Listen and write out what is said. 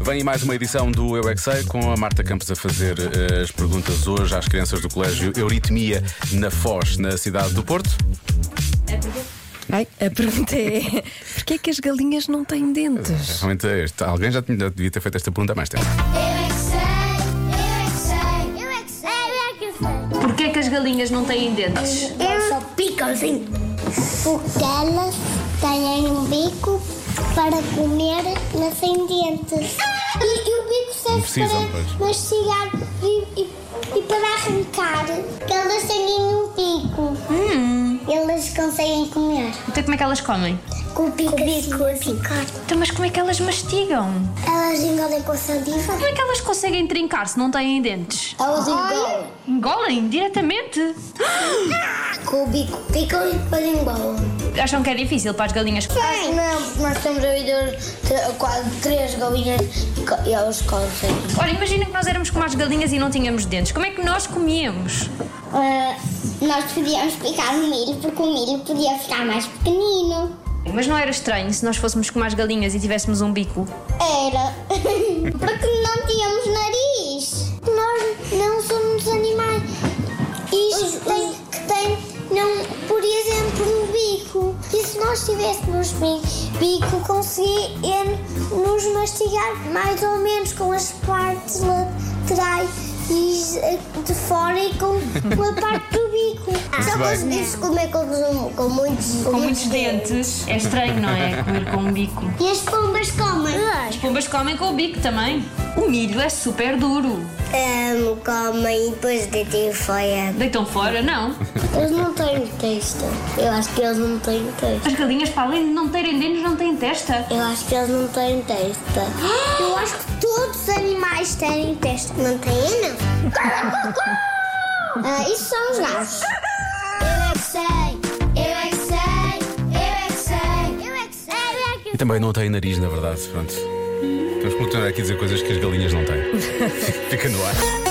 Vem mais uma edição do Eu é Que Sei, com a Marta Campos a fazer eh, as perguntas hoje às crianças do Colégio Euritmia, na Foz, na cidade do Porto. Ai, a pergunta é: porquê é que as galinhas não têm dentes? Realmente, este- alguém já, tinha- já devia ter feito esta pergunta há mais tempo. Eu é que sei, eu é que sei, eu é que sei, eu é que sei. Porquê que as galinhas não têm dentes? Elas só picam assim. Porque elas têm um bico para comer mas sem dentes. E, e o bico serve precisam, para pois. mastigar e, e- e para arrancar. Elas têm um bico. Hum. Elas conseguem comer. Então como é que elas comem? Com o bico, assim. Então, mas como é que elas mastigam? Elas engolem com saliva. Como é que elas conseguem trincar se não têm dentes? Elas engolem. Engolem diretamente? Com o bico picam e depois engolam. Acham que é difícil para as galinhas? Não, nós temos a ver quase três galinhas e elas conseguem. Olha, imagina que nós éramos como as galinhas e não tínhamos dentes. Como é que nós comíamos? Ah, nós podíamos picar o milho porque o milho podia ficar mais pequenino. Mas não era estranho se nós fôssemos como as galinhas e tivéssemos um bico? Era. porque não tínhamos nariz. Nós não somos animais. Isto tem, que tem, não, por exemplo, um bico. E se nós tivéssemos bi- bico, conseguíamos mastigar mais ou menos com as partes laterais e, eh, de fora e com, com a parte do bico. Só bem. conseguimos comer com, com, com muitos Ah, Com muitos dentes. É estranho, não é? Comer com um bico. E as pombas comem? As pombas comem com o bico também. O milho é super duro. comem e depois deitem fora. Deitam fora? Não. Eles não têm testa. Eu acho que eles não têm testa. As galinhas, para além de não terem dentes, não têm testa. Eu acho que eles não têm testa. Eu acho que todos os animais têm testa. Não têm, não? Ah, isso são os gatos. Eu é que sei, eu é que sei, eu é que sei, eu é que sei, eu é que E também não tem nariz, na verdade. Pronto. Temos que continuar aqui a dizer coisas que as galinhas não têm. Fica no ar.